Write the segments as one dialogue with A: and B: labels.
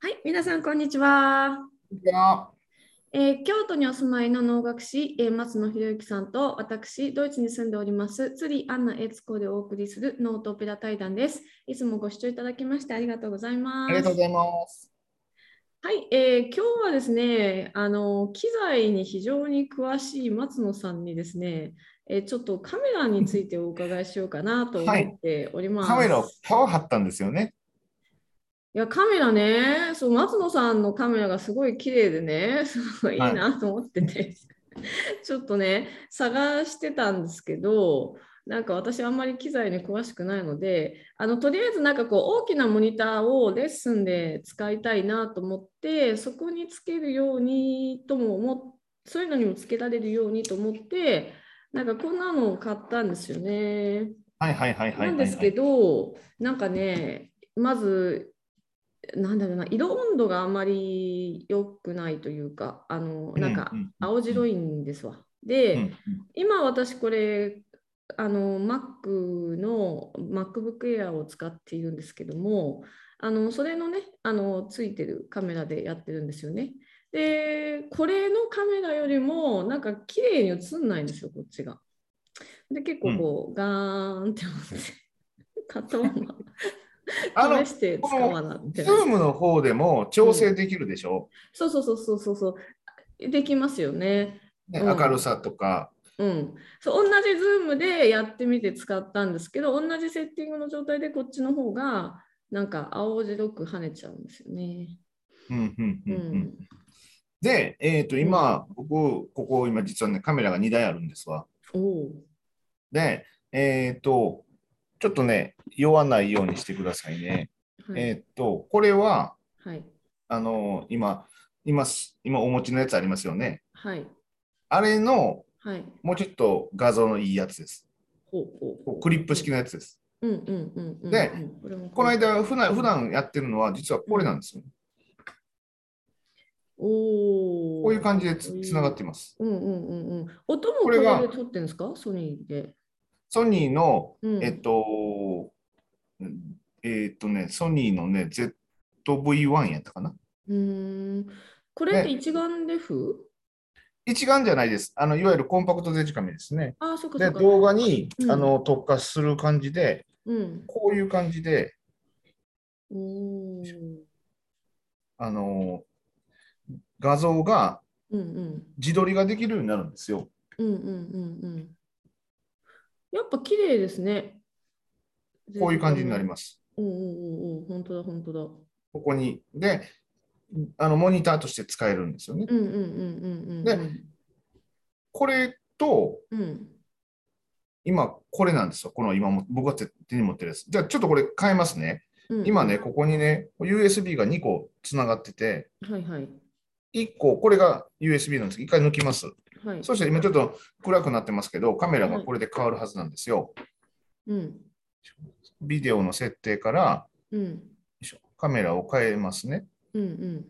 A: はい、皆さん、こんにちは、
B: は。
A: えー京都にお住まいの能楽師、えー松野博之さんと、私、ドイツに住んでおります、釣りアンナ悦子でお送りするノートオペラ対談です。いつもご視聴いただきましてありがとうございま
B: ありがとう
A: す。
B: ございます。
A: はい、えー今日はですね、あの、機材に非常に詳しい松野さんにですね、えーちょっとカメラについてお伺いしようかなと思っております。
B: カメラをパワー張ったんですよね。
A: いやカメラね、そう松野さんのカメラがすごい綺麗でね、 すごいいいなと思ってて、 ちょっとね、探してたんですけど、なんか私、あんまり機材に詳しくないので、あのとりあえずなんかこう大きなモニターをレッスンで使いたいなと思って、そこにつけるようにとも思っそういうのにもつけられるようにと思って、なんかこんなのを買ったんですよね。
B: はいはいはいはいはい、はい。
A: なんですけど、なんかね、まず、なんだろうな、色温度があまり良くないというか、あの
B: う
A: なんか
B: う
A: 青白
B: い。
A: いんですわ。
B: うんう
A: で、
B: ん
A: 今私これ、あの Mac の MacBook Air を使っているんですけども、あのそれのね、あのついてるカメラでやってるんですよね。で、これのカメラよりも、なんか綺麗に映んないんですよ、こっちが。で、結構こう、ガーンって思って、 買ったま
B: あ
A: ま
B: の、
A: 試
B: ズ
A: して使わなって。
B: ームの方でも調整できるでしょ、
A: そうそうそうそうそうそう。できますよね。
B: ね
A: うん
B: 明るさとか。
A: うん、そう同じズームでやってみて使ったんですけど同じセッティングの状態でこっちの方がなんか青白く跳ねちゃうんですよね。
B: うんうん
A: う
B: う
A: んん
B: うん、で、えっ、と、今、僕、ここ、今、実はね、カメラが2台あるんですわ。
A: おおう
B: で、えっ、と、ちょっとね、酔わないようにしてくださいね。
A: はい、
B: えっ、と、これは、
A: はい
B: あの、今、今、今お持ちのやつありますよね。
A: はい
B: あれの
A: はい
B: もうちょっと画像のいいやつです。
A: ほうほう
B: こうクリップ式のやつです。
A: うんうんうんうん
B: で
A: うんこれも
B: この間普段、普段やってるのは実はこれなんですよ。
A: おお
B: こういう感じでつつながってます。
A: うんうんうんうん音もこ
B: こ
A: れ
B: れ
A: で
B: が
A: 撮ってるんですかソニーで、
B: ソニーの、
A: うん、
B: えっと、うんえっとね、ソニーのね、ZV-1 やったかな。
A: うーんこれって一眼レフ、
B: 一眼じゃないです。あのいわゆるコンパクトデジカメですね。
A: ああそっかそ
B: で、
A: っか
B: 動画に、
A: うん
B: あの特化する感じで、
A: うん
B: こういう感じで、
A: おー
B: あの画像が
A: うんうん
B: 自撮りができるようになるんですよ。
A: うんうんうんうん。やっぱ綺麗ですね。
B: こういう感じになり
A: ま
B: ます。
A: す。うんうんうんうん、本当だ本当だ。う
B: ここに。で、あのモニターとして使えるんですよね。
A: んうんうんうんうん。
B: でこれと、
A: うん。
B: 今、これなんですよ。この今も、僕が手に持ってるやつ。じゃあ、ちょっとこれ変えますね。
A: うん、
B: 今ね、。ここにね、USB が2個つながってて、
A: はいはい。
B: 1個、これが USB なんですけど、1回抜きます。
A: はい。
B: そして今ちょっと暗くなってますけど、カメラがこれで変わるはずなんですよ。
A: うん。
B: ビデオの設定から、よ
A: うん。
B: いしょカメラを変えますね。
A: うんうん。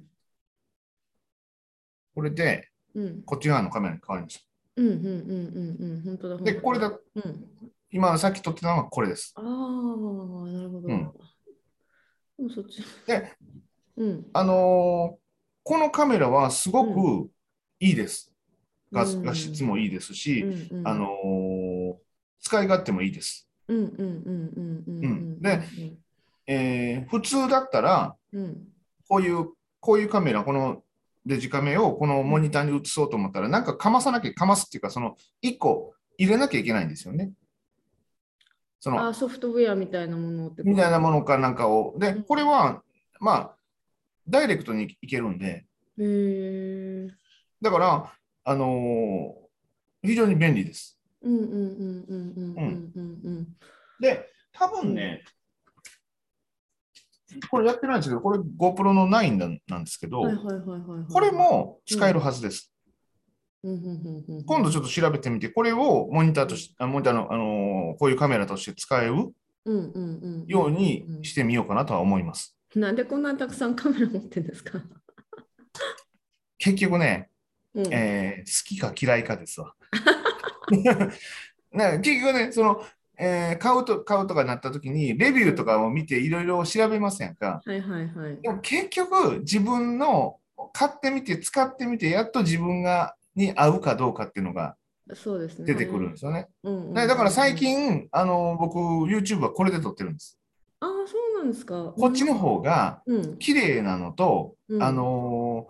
B: これで、
A: うん。
B: こっち側のカメラに変わりまし
A: うんうんうんうんうん。本当だ。
B: た。で、これだ、
A: うん。
B: 今さっき撮ってたのはこれです。
A: ああ、なるほど。
B: うん
A: でもそっち。
B: で、
A: うん。
B: あのーこのカメラはすごくいいです。画
A: うん
B: 画質もいいですし、
A: うんうん
B: あのー使い勝手もいいです。
A: うんうんうんうんうんう
B: うんんでえー普通だったら、
A: うん
B: こういう、こういうカメラ、このデジカメをこのモニターに映そうと思ったら、なんかかまさなきゃ、かますっていうか、その1個入れなきゃいけないんですよね。そ
A: あ
B: の
A: ーソフトウェアみたいなものってこと
B: みたいなものかなんかを。で、
A: うん
B: これは、まあ、ダイレクトにいけるんで、
A: へえ。
B: だから、あのー非常に便利です。
A: うんうんうんうんうんうんうん
B: で、多分ね、これやってないんですけど、これ GoPro の9なんなんですけど、
A: うん。はいはいはいはいはい。
B: これも使えるはずです。
A: うんうんうんうん。
B: 今度ちょっと調べてみて、これをモニターとして、あモニターの、あのーこういうカメラとして使える
A: うんうんうん。
B: ようにしてみようかなとは思います。
A: なんでこんなにたくさんカメラ持ってんですか。
B: 結局ね、
A: うん
B: えー好きか嫌いかですわ。ね結局ね、そのえー買うと、買うとかなった時に、レビューとかを見ていろいろ調べませんか。
A: はいはいはい。
B: でも結局、自分の買ってみて、使ってみて、やっと自分がに合うかどうかっていうのが
A: そうですね。
B: 出てくるんですよね。
A: うんうんうん。
B: だから最近、あの、僕、YouTube はこれで撮ってるんです。
A: ああ、そうなんですか。
B: こっちの方が
A: うん、
B: 綺麗なのと、
A: うん。
B: あの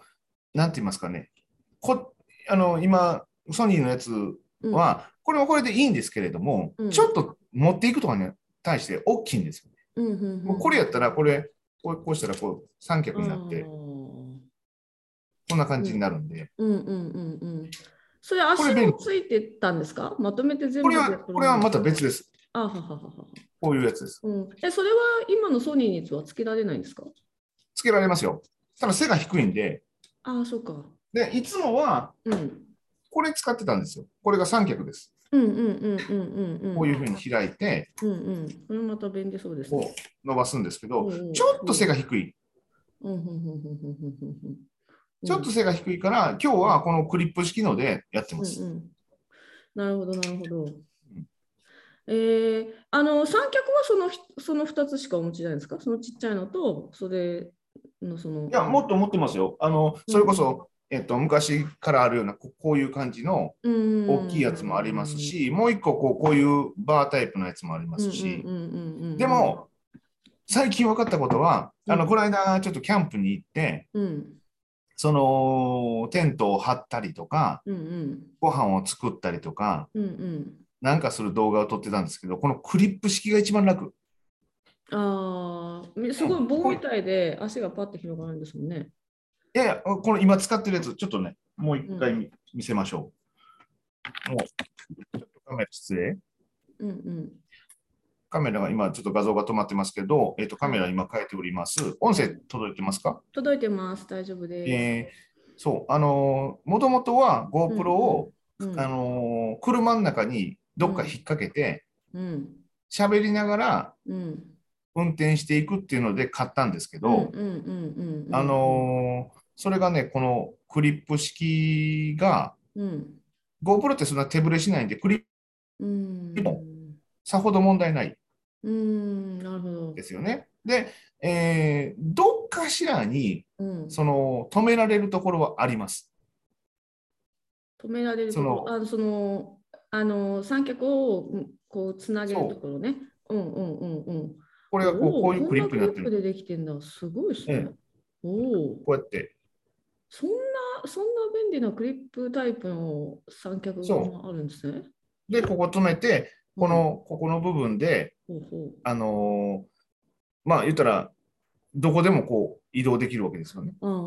B: ーなんて言いますかね、こあの今、ソニーのやつ
A: うん、
B: は、これもこれでいいんですけれども、
A: うん
B: ちょっと持っていくとかに対して大きいんですよ、ね
A: うんうんうん、
B: もうこれやったら、これ、こうこうしたらこう三脚になっ
A: あ
B: て
A: ー、
B: こんな感じになるんで、
A: うんうんうんうん。それ足
B: これ便利
A: もついてたんですかまとめて全
B: こ
A: 部
B: れ
A: や
B: は
A: ってる
B: これはまた別です。
A: あはははは。
B: こういうやつです。
A: うん、えそれは今のソニーにはつけられないんですか
B: つけられますよ。ただ背が低いんで、
A: ああ、そうか。
B: でいつもは
A: うん。うん
B: これ使ってたんですよ。これが三脚です。
A: うんうんうんうんうん。
B: こういうふうに開いて、
A: うんうん。これまた便利そうです
B: こ
A: ね。
B: う伸ばすんですけど、
A: うんうん
B: ちょっと背が低い。
A: うんうんうんうんうんうんうん
B: ちょっと背が低いから、今日はこのクリップ式のでやってます。
A: うんうん、なるほど、なるほど。
B: ん
A: えー、あの三脚はそのひその2つしかお持ちないんですかそのちっちゃいのと、それのその。
B: いや、もっと持ってますよ。あの、それこそ、えっと、昔からあるような、ここういう感じの
A: うん
B: 大きいやつもあります、し、もう一個こう、こういうバータイプのやつもありますし
A: う、んうんうんうんうん
B: で、も、最近分かったことは、あ
A: う
B: の、
A: ん
B: この間、ちょっとキャンプに行って、
A: うん
B: その、テントを張ったりとか、
A: うんうん
B: ご飯を作ったりとか、
A: うんうん、
B: なんかする動画を撮ってたんですけど、このクリップ式が一番楽。
A: ああ、みすごい棒みたいで足がパッと広がるんですもんね。
B: いやいや、この今使ってるやつ、ちょっとね、もう一回見,、見せましょう。もう、ちょっとカメラ失礼。
A: うんうん
B: カメラが今、ちょっと画像が止まってますけど、えっ、と、カメラ今変えております。音声届いてますか、
A: 届いてます、大丈夫で
B: えーそう、あのもともとは GoPro を、
A: す。うん
B: あのー車の中にどっか引っ掛けて、
A: うん
B: 喋りながら
A: うん
B: 運転していくっていうので買ったんですけど、
A: うんうんうんうん
B: あのーそれがね、このクリップ式が、
A: うん。
B: GoPro ってそんな手ぶれしないんで、クリップ
A: うん。
B: でもさほど問題ない
A: うん、なるほど。
B: ですよね。で、えーどっかしらに
A: うん、止
B: その止められるところはあります。
A: められるところ、あのその、あの三脚をうんこうつなげるところね。うんうんうんうん。
B: これがこ
A: お
B: う
A: ー
B: こういうクリップになって
A: こん
B: る。
A: なクリップでできてんだ。すごいですね。おお、
B: こうやって。
A: そんなそんな便利なクリップタイプの三脚
B: そ
A: があるんですね。
B: で、ここ止めて、この、ここの部分で、
A: うん、ほうほ
B: あのーまあ言ったら、どこでもこう移動できるわけですよね。
A: うああああ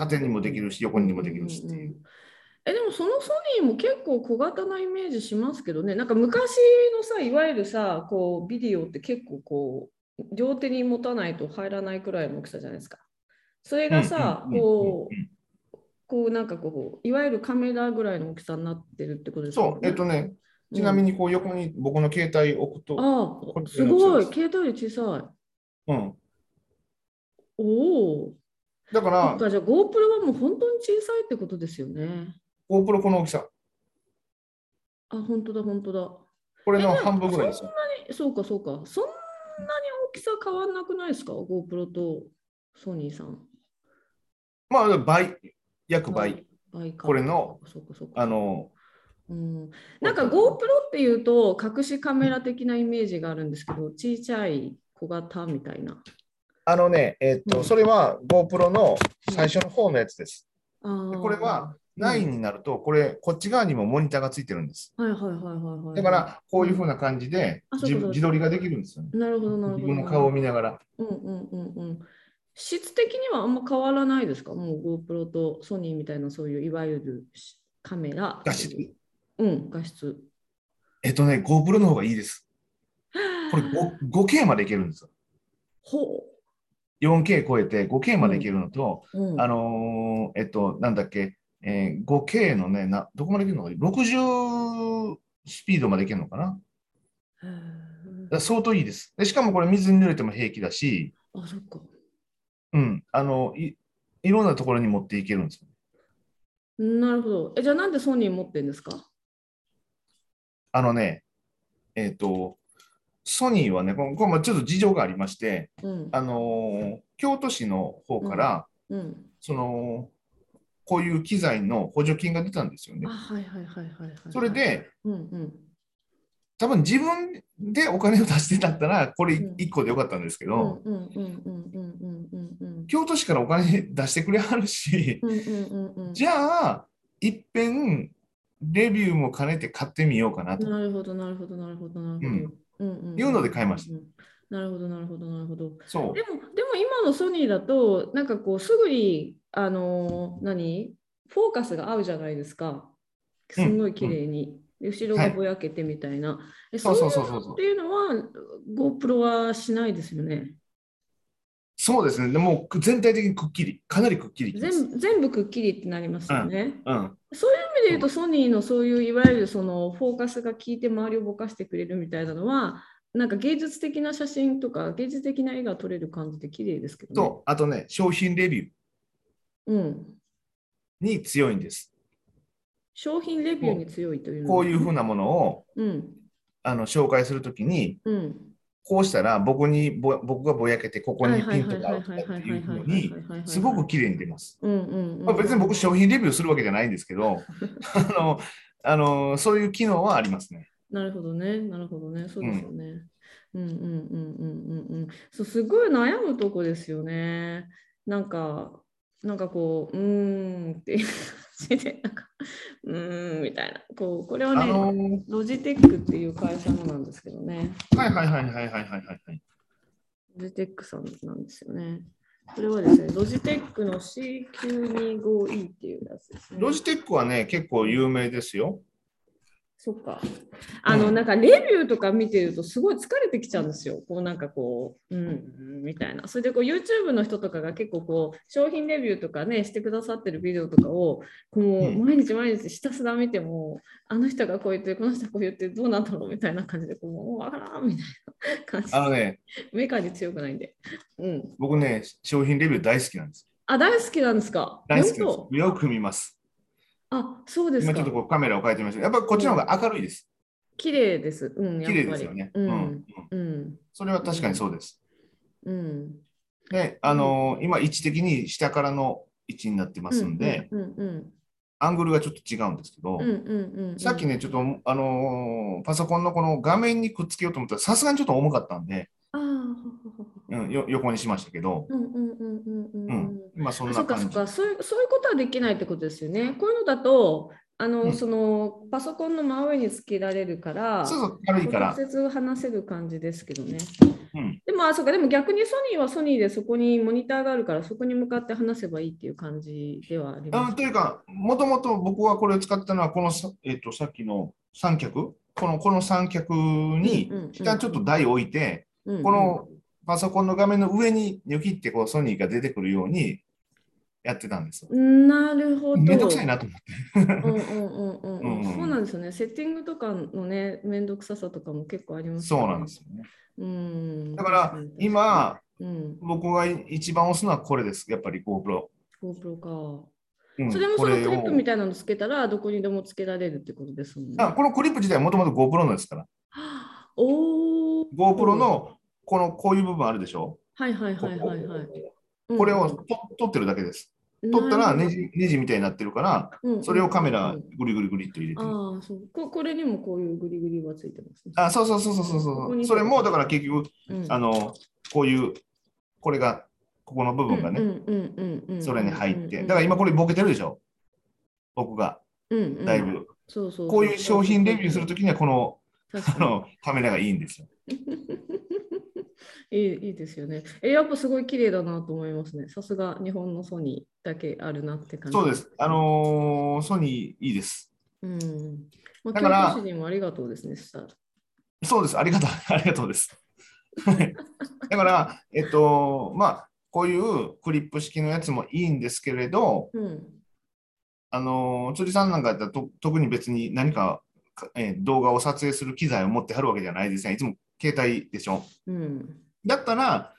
A: ああ。
B: 縦にもできるし、横にもできるしって
A: んん
B: い
A: ん
B: う。
A: んえでもそのソニーも結構小型なイメージしますけどねなんか昔のさいわゆるさこうビデオって結構こう両手に持たないと入らないくらいの大きさじゃないですか。それがさ
B: うんうんうんうん
A: こうこうなんかこういわゆるカメラぐらいの大きさになってるってことです
B: そう、えっとね、ちなみ
A: に、
B: にこう横に僕の携帯置くと、
A: あ
B: これ
A: あすごい
B: こ
A: 携帯より小さい。
B: うん。
A: おお。
B: だ
A: そ
B: か
A: っ
B: ら、
A: かじゃあ GoPro はもう本当に小さいってことですよね。
B: GoPro この大きさ、
A: あ本当だ本当だ。
B: これの
A: えでも
B: 半分ぐらいですよ。
A: そうかそうか。そんなに大きさ変わんなくないですか ?GoPro とソニーさん。
B: まあ、倍、約倍。。
A: 倍か。
B: これの、
A: そうかそうか。
B: あ、の、
A: うん、なんか GoPro っていうと隠しカメラ的なイメージがあるんですけど、ちいちゃい小型みたいな。
B: あのね、えっと、
A: うん
B: それは GoPro の最初の方のやつです。
A: あー
B: でこれは、
A: うん
B: 9になると、これ、こっち側にもモニターがついてるんです。
A: はいはいはいはいはい。
B: だから、こういうふうな感じで
A: あそう
B: 自
A: そうそう
B: 自撮りができるんですよね。
A: なるほどなるほど。
B: 自分の顔を見ながら。
A: うんうんうんうん。質的にはあんま変わらないですかもう GoPro とソニーみたいなそういういわゆるカメラ。
B: 画質。
A: うん、画質。
B: えっとね、GoPro の方がいいです。これ 5, 5K までいけるんですよ。
A: ほ
B: 4K 超えて 5K までいけるのと、
A: う。うん、
B: あのーえっと、なんだっけ、えー 5K のねな、どこまでいけるのかな ?60 スピードまでいけるのかな
A: へー
B: だから相当いいです。でしかもこれ水に濡れても平気だし、
A: あ、そっか。
B: うん、あのいいろんなところに持っていけるんですよ。
A: なるほど。え、じゃあなんでソニー持ってんですか
B: あのね、えっ、と、ソニーはね、このこれまあちょっと事情がありまして、
A: うん
B: あのー京都市の方から、
A: うん
B: その、こういう機材の補助金が出たんですよね
A: あ。はいはいはいはいはい
B: それで、
A: うんうん
B: 多分自分でお金を出してだったら、これ1個でよかったんですけ
A: う
B: ど
A: ん、うんうんうんうんうんうんうん
B: 京都市からお金出してくれはるし、
A: うんうんうんうん
B: じゃあ、いっぺんレビューも兼ねて買ってみようかなと。
A: なるほどなるほどなるほどなるほど。うんうん
B: いうので買いました
A: うんうんなるほどなるほどなるほど。
B: そう
A: で。もでも今のソニーだとなんかこうすぐにあのー何フォーカスが合うじゃないですか。すんごい綺麗に、で後ろがぼやけてみたいな。え
B: そうそうそうそう
A: いのっていうのは GoPro はしないですよね。
B: そうですね。でもう全体的にくっきり、かなりくっきりきます。
A: 全部全部くっきりってなりますよね。
B: うん。
A: そういう意味で言うと、ソニーのそういういわゆるそのフォーカスが効いて周りをぼかしてくれるみたいなのは、なんか芸術的な写真とか芸術的な絵が撮れる感じで綺麗ですけど、ね。
B: と、あとね、商品レビュー
A: うん。
B: に強いんです。
A: 商品レビューに強いというの
B: こ
A: は
B: ういうふうなものを
A: うん。
B: あの紹介するときに、
A: うん。
B: こうしたら僕にぼ僕がぼやけて、ここ
A: はい
B: に
A: は
B: ピ
A: い
B: ン
A: は
B: ト
A: い
B: が
A: は
B: 合
A: いう
B: とか
A: はいは
B: って
A: い
B: いう
A: は
B: ふう
A: い
B: に、
A: はい
B: すごく綺麗に出ます。
A: うんうんうん。
B: まあ、別に僕、商品レビューするわけじゃないんです けど、あのあのそういう機能はありますね。
A: なるほどね、なるほどね、そうですよね。うんうんうんうんうんうん。そう、すごい悩むとこですよね。なんか、なんかこう、うーんっていう感じで、なんか、 うーんみたいな。こう、これは
B: あ
A: ね、
B: のー
A: ロジテックっていう会社のなんですけどね。
B: はいはいはいはいはいはいはい。
A: ロジテックさんなんですよね。これはですね、ロジテックの C925E っていうやつですね。
B: ロジテックはね、結構有名ですよ。
A: そっか。あの、
B: うん
A: なんかレビューとか見てるとすごい疲れてきちゃうんですよ。こうなんかこう、うん、うんみたいな。それでこう YouTube の人とかが結構こう商品レビューとかね、してくださってるビデオとかを、こ
B: う
A: うん毎日毎日ひたすら見ても、あの人がこう言って、この人がこう言って、どうなんだろうみたいな感じで、こう、もうわからんみたいな感じ
B: あ。のね、
A: メーカーに強くないんで。うん。
B: 僕ね、商品レビュー大好きなんです。
A: あ、大好きなんですか
B: 大好き
A: 本
B: です。よく見ます。
A: 当あ、そうです
B: 今
A: か
B: ちょっ。とこうカメラを変えてみましたけどやっぱりこっちの方が明るいです。
A: 綺麗です。うん、やっ
B: 綺
A: ぱり。
B: 麗ですよね。
A: う
B: うんん。
A: うん。
B: それは確かにそうです。
A: うん。
B: で、あのー今位置的に下からの位置になってますんで、
A: うんうんうん
B: アングルがちょっと違うんですけ
A: う
B: ど、
A: んうんうんうん、
B: さっきね、ちょっと、あのーパソコンのこの画面にくっつけようと思ったら、さすがにちょっと重かったんで、
A: ああ、
B: うん、よ横にしましたけど、
A: うんうんうんうんうん
B: う
A: うんん。、
B: 今そん
A: あそ
B: な
A: っかそ
B: 感
A: っ
B: じ。
A: かそういう、そういうことはできないってことですよね。こういうのだと、あの、
B: うん
A: そのパソコンの真上につけられるから、
B: そうそう、軽いから。
A: 直接話せる感じですけどね。
B: うん、
A: でも、あ、そうか、でも逆にソニーはソニーでそこにモニターがあるから、そこに向かって話せばいいっていう感じではありま
B: あ
A: す。
B: というか、もともと僕はこれを使ったのは、このさ,、えっとさっきの三脚、このこの三脚に
A: うんうんうん
B: 下ちょっと台を置いて、
A: うんうん
B: このパソコンの画面の上にニョキってこうソニーが出てくるようにやってたんですよ。
A: なるほど。
B: めんどくさいなと思って。
A: うんうんうんうんうん
B: うんうん
A: そうなんですよね。セッティングとかのね、めんどくささとかも結構ありますよね
B: そうなんですよね。
A: うん。
B: だから今、
A: うん、
B: 僕が一番押すのはこれです。やっぱり GoPro。
A: GoPro か。
B: うん
A: それもそ
B: こ
A: の
B: れ
A: ク
B: を
A: リップみたいなのつけたら、どこにでもつけられるってことですもんね。
B: あこのクリップ自体はもともと GoPro のですから。
A: おお。
B: GoPro のこのこういう部分あるでしょ、
A: はいはいはいはいはい。うん
B: これをと撮ってるだけです。撮ったらネ、ジネジみたいになってるから、
A: うんうん
B: それをカメラ
A: うん
B: グリグリグリっと入れてる。
A: ああ、そうこ。これにもこういうグリグリはついてますね。
B: あ、そうそうそうそうそう
A: こ
B: そ
A: こ
B: う。
A: に
B: それもだから結局
A: うん、
B: あのこういうこれがここの部分が
A: うん
B: ね、
A: うんうんうんうん、
B: それに入って、だから今こ
A: れ、
B: れボケてるでしょ。僕が
A: うんうん、
B: だいぶ
A: そうそうそう
B: こういう商品レビューするときにはこの
A: 確
B: あ
A: かに
B: のカメラがいいんですよ。
A: いいいいですよね。え、やっぱすごい綺麗だなと思いますね。さすが日本のソニーだけあるなって感じ。
B: そうです。あのーソニーいいです。
A: うん。まあ、
B: だから
A: 京都市にもありがとうですね、したら。
B: そうです。ありがとう、 ありがとうです。はいだから、えっと、まあ、こういうクリップ式のやつもいいんですけれど、
A: うん。
B: あの釣りさんなんかだったらと特に別に何か、かえー動画を撮影する機材を持ってはるわけじゃないですね。いつも携帯でしょ。
A: うん。
B: だったら、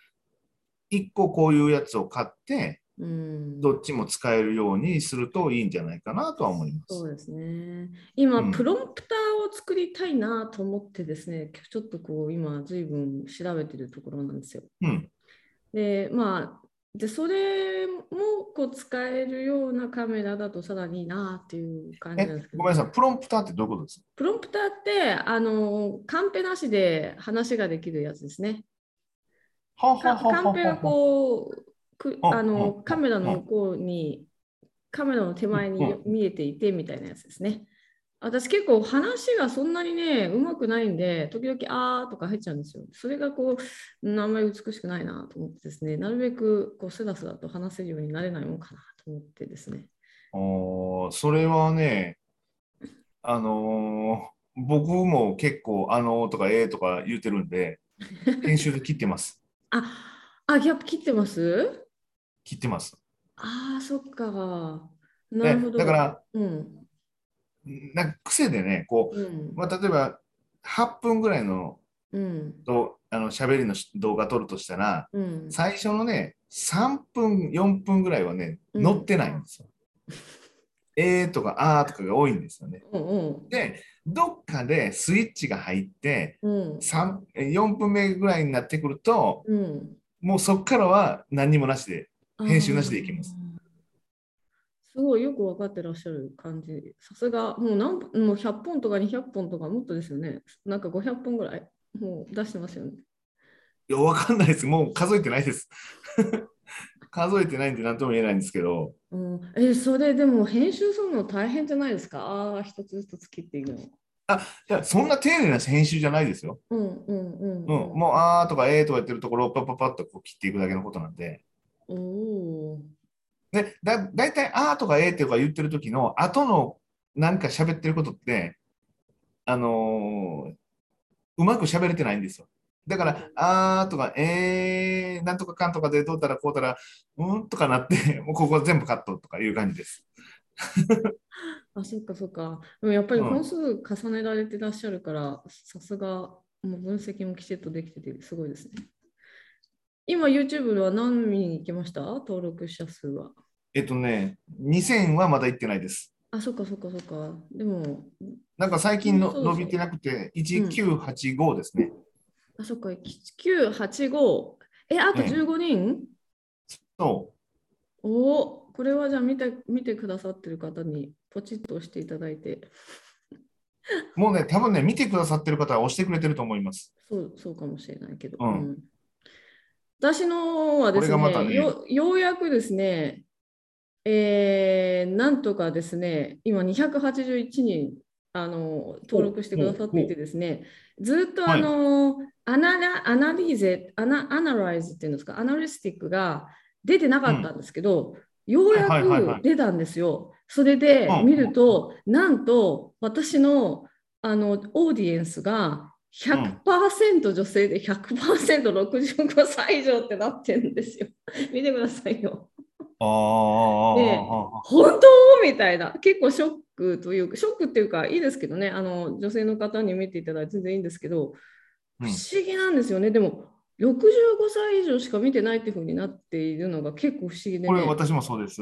B: 1個こういうやつを買って、
A: うん。うん
B: どっちも使えるようにするといいんじゃないかなとは思いま
A: そ
B: す。
A: うですね。今、
B: うん
A: プロンプターを作りたいなと思ってですね、ちょっとこう、今、随分調べてるところなんですよ。
B: うん。
A: で、まあ、で、それもこう使えるようなカメラだとさらにいいなっていう感じ
B: え
A: なんですけ
B: ご
A: ど
B: めん、なさい、プロンプターってどういうことですか
A: プロンプターって、あの、カンペなしで話ができるやつですね。
B: はあは
A: か
B: あはあはあ
A: カンペがこうく
B: うん
A: あの
B: うん
A: カメラの向こうにカメラの手前に
B: う
A: 見えていてみたいなやつですね。私結構話がそんなにねうまくないんで時々「あー」とか入っちゃうんですよ。それがこううんあんまり美しくないなと思ってですねなるべくこうスラスラと話せるようになれないもんかなと思ってですね。
B: おーそれはね、あのー僕も結構、あのーとか、えーとか言うてる んで、編集で切ってます。
A: ああギャップ切ってます
B: 切ってます。
A: あーそっか。な
B: ね
A: るほど。
B: だから、
A: うん
B: なんか癖でね、こ
A: うん
B: う、まあ、例えば、8分ぐらいの
A: うん
B: どあの喋りのし動画撮るとしたら、
A: うん、
B: 最初のね、3分、4分ぐらいはね、
A: うん
B: 乗ってない んですよ。えーとか、あーとかが多いんですよね。
A: うんうん
B: で、どっかでスイッチが入って、
A: うん
B: 三4分目ぐらいになってくると、
A: うん
B: もうそこからは何にもなしで、 編集なしでいきます
A: あー。すごいよく分かってらっしゃる感じ。さすが、もう何本もう100本とか200本とかもっとですよね。なんか500本ぐらいもう出してますよね。
B: いや、わかんないです。もう数えてないです。 数えてないんで何とも言えないんですけど、
A: うん、え、それでも編集するの大変じゃないですかああ、一つずつ切っていくの。
B: いや、そんな丁寧な編集じゃないですよ。
A: うんうんうん。
B: うん、もう、あーとか、えーとか言ってるところをパッパッパッとこう切っていくだけのことなんで。
A: うん。おー
B: で、だ、だいたい、あーとか、えーとか言ってる時の、後のなんか喋ってることって、あのーうまく喋れてないんですよ。だから、あーとか、えー、なんとかかんとかでどうたらこうたら、うんとかなって、 もうここ全部カットとかいう感じです。
A: あ、そっかそっか。でもやっぱり
B: うん
A: 本数重ねられてらっしゃるから、さすが、もう分析もきちっとできてて、すごいですね。今、YouTube は何人いきました登録者数は。
B: えっとね、2000はまだ行ってないです。
A: あ、そっかそっかそっか。でも、
B: なんか最近の
A: そうそう
B: 伸びてなくて、1985ですね。
A: あ、そっか、985。え、あと
B: ええ
A: 15人、
B: そ
A: おお、これはじゃあ見て見てくださってる方にポチッと押していただいて、
B: う。もうね、多分ね、見てくださってる方は押してくれてると思います。
A: そう、そうかもしれないけど。
B: うん
A: 私のはです
B: これがまた
A: ね
B: ね
A: よ、ようやくですね、えーなんとかですね、今281人あの登録してくださっていてですね、ずっとあの、アナラアナリーゼアナ、アナライズっていうんですか、アナリスティックが出てなかったんですけど、ようや
B: はいはいは
A: く
B: い
A: 出たんですよ。それで
B: うん
A: 見ると、なんと私のあのオーディエンスが100%女性で100%65 歳以上ってなってるんですよ。 見てくださいよ。
B: あ
A: ね
B: あ、
A: 本当みたいな。結構ショックというか、ショックっていうか、いいですけどね、あの女性の方に見ていただいて全然いいんですけど、
B: う
A: 不
B: ん
A: 思議なんですよね。でも、65歳以上しか見てないっていうふうになっているのが結構不思議でね。
B: これ私もそうです。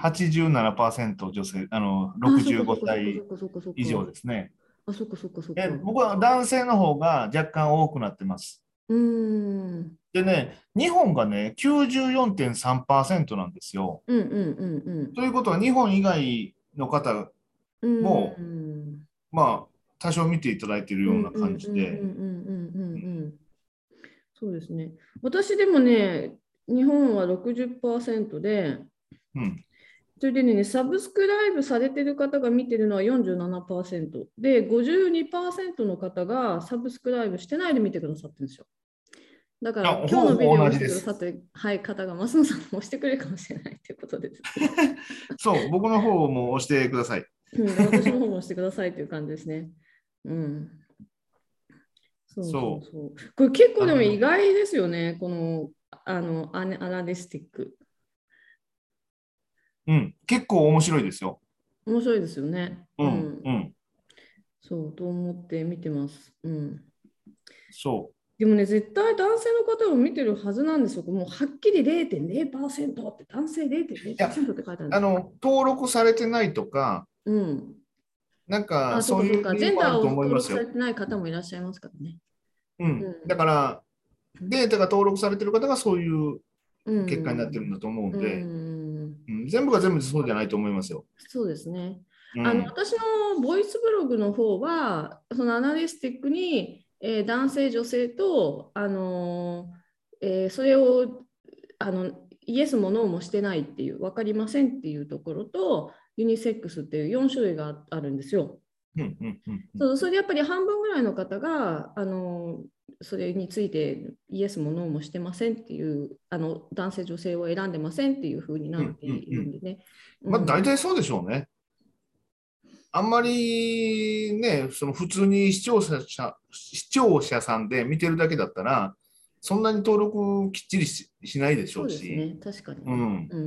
B: 87%女性、あの、
A: あそっか
B: 65歳
A: そっかそっかそっかそっか
B: 以上ですね。
A: あ、そっかそっかそっか。
B: で僕は男性の方が若干多くなってます。
A: うーん。
B: でね、日本がね、94.3%なんですよ。
A: うんうんうん
B: ということは、日本以外の方、
A: うん。
B: も
A: うーん
B: まあ、多少見ていただいてるような感じで。
A: うんうんうんうんうんうんうんそうですね。私でもね、日本は60%で、
B: うん
A: それでね、サブスクライブされてる方が見てるのは47%で、52%の方がサブスクライブしてないで見てくださってるんですよ。だから
B: あ
A: 今日のビデオ
B: ほぼ
A: を
B: 同
A: 見
B: じ
A: て
B: で
A: くだ
B: す
A: さってる、はい、方が、ますの さんも押してくれるかもしれないということです。
B: そう、僕の方も押してください。
A: うん、私の方もしてくださいという感じですね。うん。そうそうそうこれ結構でも意外ですよね、このあのアナアナリスティック。
B: うん、結構面白いですよ。
A: 面白いですよね。
B: うん、うん、
A: そうと思って見てます。うん、
B: そ
A: でもね、絶対男性の方も見てるはずなんですよ。もうはっきり0.0%って、男性0.0%って書いてあるんです
B: あの登録されてないとか、
A: うん。
B: なん
A: あ、
B: か
A: そ
B: そう
A: う
B: い
A: かそううか。
B: 理
A: ジェ
B: 由
A: ン
B: もあ
A: ダー
B: る
A: を
B: と思
A: 登
B: いま
A: 録
B: す
A: され
B: よ。
A: てない方もいらっしゃいますからね。
B: うん、だから、データが登録されてる方がそういう
A: うん
B: 結果になってるんだと思うんで、
A: うん
B: うん全部が全部そうじゃないと思いますよ。
A: そうですね。
B: うん
A: あの私のボイスブログの方はそのアナリスティックに、えー男性女性と、あのーえーそれをあのイエスもノーもしてないっていう分かりませんっていうところとユニセックスっていう4種類がああるんですよ。
B: うんうんうんうん
A: そうそれでやっぱり半分ぐらいの方があのそれについてイエスもノーもしてませんっていうあの男性女性を選んでませんっていう風になっているんでね。
B: まあ
A: うん
B: 大体そうでしょうね。あんまりね、その普通に視聴者さ視聴者さんで見てるだけだったら、そんなに登録きっちりししないでし
A: そ
B: ょ
A: う
B: う
A: です
B: し、
A: ね確かに、
B: う
A: うん
B: ん、
A: うんうんう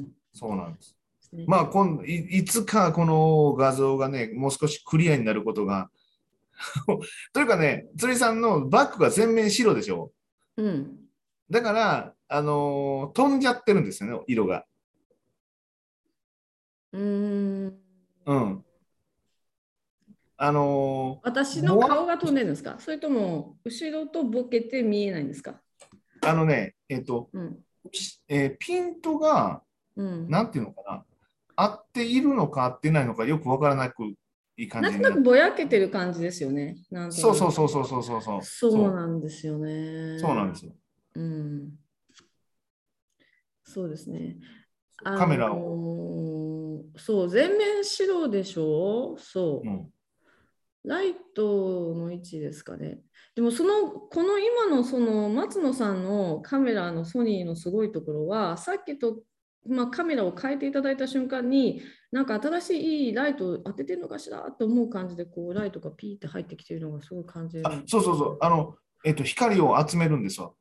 A: ん
B: そうなんです。
A: うん。
B: まあ今度い、いつかこの画像がね、もう少しクリアになることが。 というかね、釣りさんのバックが全面白でしょ。
A: うん、
B: だから、あのー飛んじゃってるんですよね、色が。
A: うーん
B: うん。あの
A: 私の顔が飛んでるんですかそれとも後ろとボケて見えないんですか、
B: ーあのね、えっ、と、
A: うん
B: ピえーピントが、
A: うん、な
B: なんていうのかな、合っているのか合ってないのかよくわからなくいい感
A: ん
B: じ
A: と
B: に
A: な
B: なる
A: く。ぼやけてる感じですよね。なんとなく
B: そうそうそうそうそうそうそう。
A: そうなんですよね。
B: そうなんですよ。
A: うんそうですね。
B: カメラを
A: を。そう、全面白でしょそう、
B: うん
A: ライトの位置ですかね。でも、その、この今のその松野さんのカメラのソニーのすごいところは、さっきと、まあ、カメラを変えていただいた瞬間に、なんか新しいいいライト当ててるのかしらと思う感じで、こう、ライトがピーって入ってきてるのがすごい感じる。
B: あそうそうそう。あの、えっ、と、光を集めるんですわ。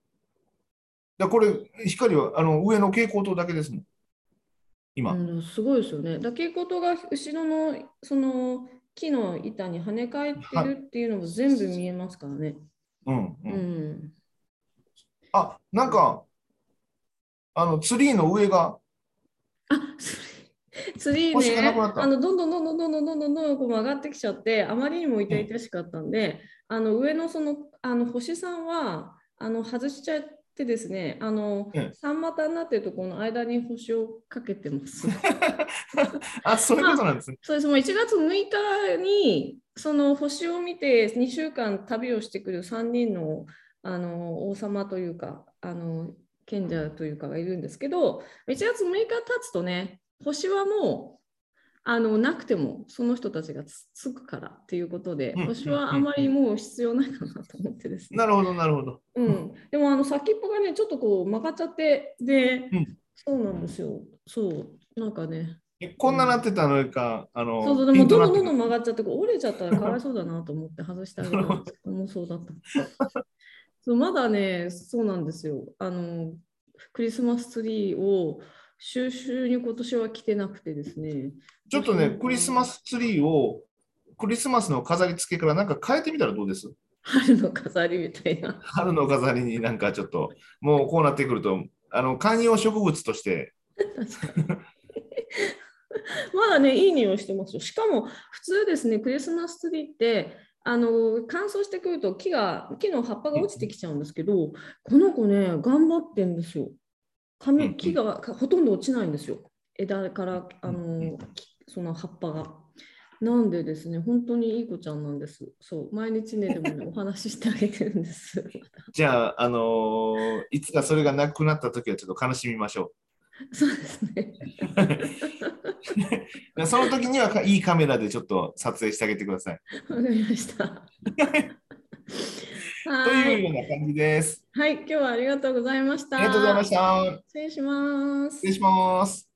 B: だからこれ、光はあの上の蛍光灯だけですもん。今。
A: うん、すごいですよね。だ蛍光灯が後ろのその木の板に跳ね返ってるっていうのも全部見えますからね。
B: うん、う。
A: うんん。
B: あ、なんか、あの、ツリーの上が、
A: あ、それツリー
B: 星
A: ね
B: がなくなっ、た
A: あのどんどんどんどんどんどんどんどんどんこう曲がってきちゃって、あまりにも痛々しかったんで、あの上のそのあの星さんはあの外しちゃってですね、あの
B: うん
A: 三股になってるところの間に星をかけてます。
B: あ、そういうことな んですね。
A: そうですもう1月6日にその星を見て2週間旅をしてくる3人のあの王様というかあの賢者というかがいるんですけど1月6日経つとね星はもうあのなくてもその人たちがつつくからっていうことで
B: うん
A: 星はあまりもう必要ないかなと思ってですね
B: なるほど、なるほど。
A: うん、でもあの先っぽがねちょっとこう曲がっちゃってで、
B: うん
A: そうなんですよそうなんかね
B: えこんななってたのか、あの、
A: そうそう、で
B: ピ
A: も
B: ント
A: どんど
B: な
A: ん
B: って
A: ど
B: た
A: んどん曲がっちゃって、こう折れちゃったらかわいそうだなと思って外してあげた
B: なるほ
A: ら、重そうだった。そうまだね、そうなんですよ。あの、クリスマスツリーを収集に今年は来てなくてですね。
B: ちょっとね、クリスマスツリーを、クリスマスの飾り付けからなんか変えてみたらどうです
A: 春の飾りみたいな。
B: 春の飾りになんかちょっと、もうこうなってくると、あの、観葉植物として、
A: まだね、いい匂いしてますよ。しかも、普通ですね、クリスマスツリーって、あの乾燥してくると木が木の葉っぱが落ちてきちゃうんですけど、この子ね、頑張ってんですよ。
B: うんうん
A: 髪木がかほとんど落ちないんですよ。枝からあ
B: うんうん
A: のきその葉っぱが。なんでですね、本当にいい子ちゃんなんです。そう、毎日ね、でも ね、お話ししてあげてるんです。
B: じゃあ、あのーいつかそれがなくなった時はちょっと悲しみましょ
A: そうですね。
B: う。その時にはかいいカメラでちょっと撮影してあげてください。
A: わかりま した。は
B: とい。
A: いう
B: ような感じです。
A: はい、今日はありがとうございました。
B: ありがとうございました。
A: 失礼します
B: 失。礼します。